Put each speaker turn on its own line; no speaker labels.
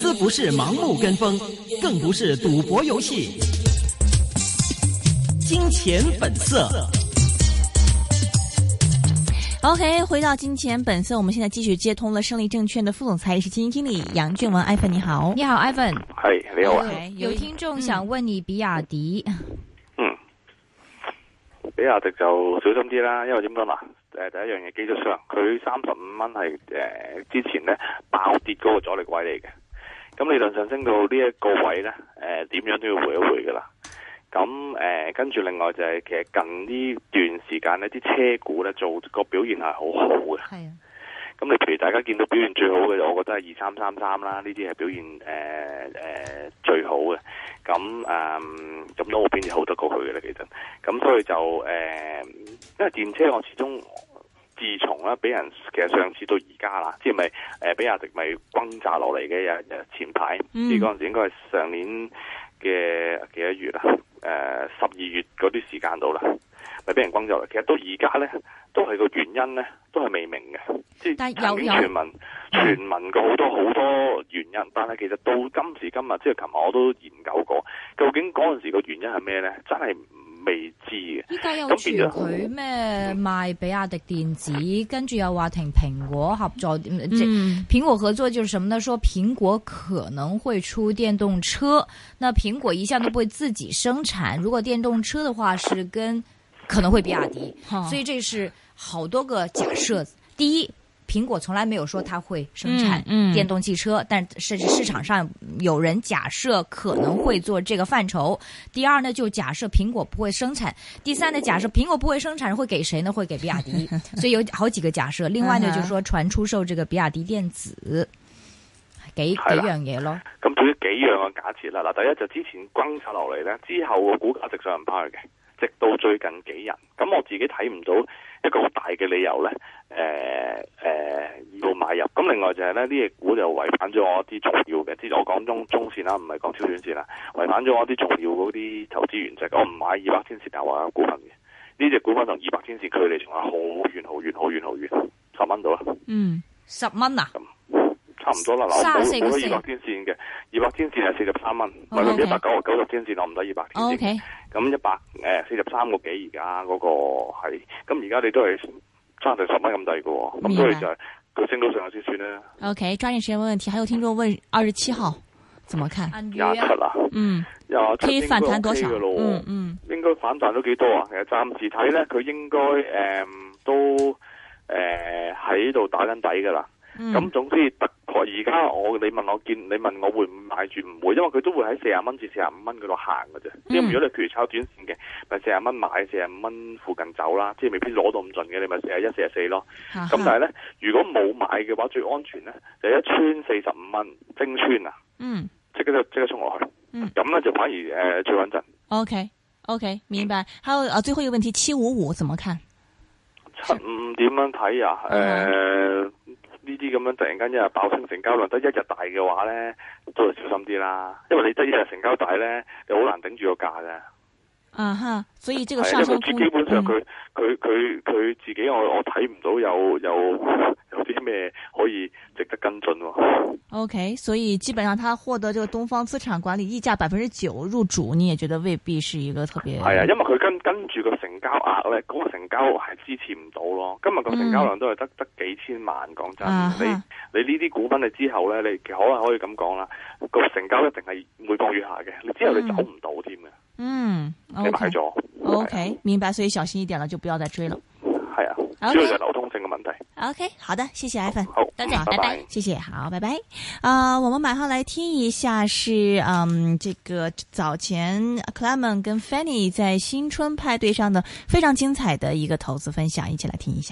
资不是盲目跟风，更不是赌博游戏。金钱本色。
OK，回到金钱本色，我们现在继续接通了胜利证券的副总裁，也是基金经理杨俊文。iPhone 你好，
你好，Ivan。
系你好啊，
OK，
哎有嗯听众想问你比亚迪，
嗯，比亞迪就小心啲啦，因為點講嗱？啊誒第一樣嘢技術上，佢三十五蚊係誒之前咧爆跌嗰個阻力位嚟嘅，咁理論上升到呢一個位咧，誒、點樣都要回一回噶啦。咁誒跟住另外就係、其實近呢段時間呢啲車股咧做個表現係好好嘅。
哎
係啊，
咁你譬如大家見到表現最好嘅，我覺得係二三三三啦，呢啲係表現誒誒、呃最好嘅。咁誒咁都冇邊隻好得過佢嘅咧，其實。咁所以就誒、呃因為電車我始終自從咧俾人其實上次到而家啦，即係咪誒比亞迪咪轟炸落嚟嘅？有有前排，
嗯
呢嗰陣時應該係上年嘅呃幾多月啦？誒十二月嗰啲時間到啦，咪俾人轟炸落嚟。其實到而家咧， 都係個原因咧，都係未明嘅。即
但
係
係有嗯
曾經傳聞傳聞過好多好多原因，但係其實到今時今日，即係琴日我都研究過，究竟嗰陣時個原因係咩咧？真係未知嘅。
依家有
咁
傳
變咗
佢咩賣比亞迪電子， 跟住又話同蘋果合作，嗯即
嗯
苹果合作就是什么呢？说苹果可能会出电动车，那苹果一向都不会自己生产，如果电动车的话是跟可能会比亚迪，
哦
所以这是好多个假设。第一，苹果从来没有说它会生产
嗯嗯
电动汽车，但是市场上有人假设可能会做这个范畴。第二呢，就假设苹果不会生产；第三呢，假设苹果不会生产会给谁呢？会给比 亚迪。所以有好几个假设。另外
嗯
呢，
哼
就是说传出售这个比亚迪电子。几
係
几
啦
样嘢咯，
咁至於幾樣嘅假設啦，嗱，第一就之前轟晒落嚟咧，之後個股價直上唔翻去嘅，直到最近幾日。咁我自己睇唔到一個好大嘅理由咧，誒、誒、要買入。咁另外就係咧，呢只股就違反咗我一啲重要嘅，即係我講中中線啦，唔係講超短線啦，違反咗我一啲重要嗰啲投資原則。我唔買二百天線下滑嘅股份嘅，呢只股份同二百天線距離仲係好遠、好遠、好遠、好遠，十蚊到啦。
嗯
十蚊啊，
差唔多啦，嗱，
三
我
十四
冇
個
冇
四
咗二百天線嘅，二百天線係四十三蚊，唔
哦
係一
OK 哦
百九十九十天線，我唔使二百天線。
，OK，
咁一百誒四十三個幾而家嗰個係，咁而家你都係差成十蚊咁低嘅喎，咁
明白
所以就係佢升到上去先算啦，
OK，抓紧时间问问题。还有听众问二十七号怎么看？
安于
廿七啦，
嗯，
廿
可以
七
反弹多少？
嘅咯喎，
嗯嗯
應該反彈都幾多啊？其實暫時睇咧，佢應該誒、都誒喺度打緊底㗎啦。
嗯，
咁總之突破，而家我你問我見你問我會唔會買住，唔會，因為佢都會喺四十蚊至四十五蚊嗰度行嘅啫。
嗯
因為如果你譬如炒短線嘅，咪四十蚊買，四十五蚊附近走啦，即係未必攞到咁盡嘅，你咪四十一、四十四咯。
哈啊哈
咁但係咧，如果冇買嘅話，最安全咧就一穿四十五蚊升穿啊，
嗯。
即刻就即刻衝落去
嗯。
咁咧就反而誒、呃最穩陣，
OK OK，明白。还有呃，最后一个问题，七五五怎么看？
七五點樣睇啊？誒、呢啲咁樣突然間一日爆升成交量得一日大嘅話咧，都係小心啲啦。因為你得一日成交大咧，你好難頂住個價嘅。
啊哈，所以这个
係
上
因為
升
佢
空
基本上
嗯
佢佢佢佢自己我我睇唔到有有有啲咩可以值得跟進喎。
OK，所以基本上他获得这个东方资产管理溢价百分之九入主，你也觉得未必是一个特别
係啊，因為佢跟跟住個成交額咧，嗰、個成交係支持唔到咯。今日個成交量都係得得幾千萬，講真，
嗯啊
你
哈
你呢啲股份你之後咧，你其實可能可以咁講啦，個成交一定係每況愈下嘅，你之後你
嗯
走唔到添嘅，
嗯
你買
，OK
咗
OK，明白，所以小心一点了，就不要再追了。
係啊，
OK
主要就係流通性嘅問題。
OK，好的，谢谢 iPhone，
好，
多谢，
嗯拜拜。
谢谢，好，拜拜。啊、我们马上来听一下是嗯，这个早前 Clement 跟 Fanny 在新春派对上的非常精彩的一个投资分享，一起来听一下。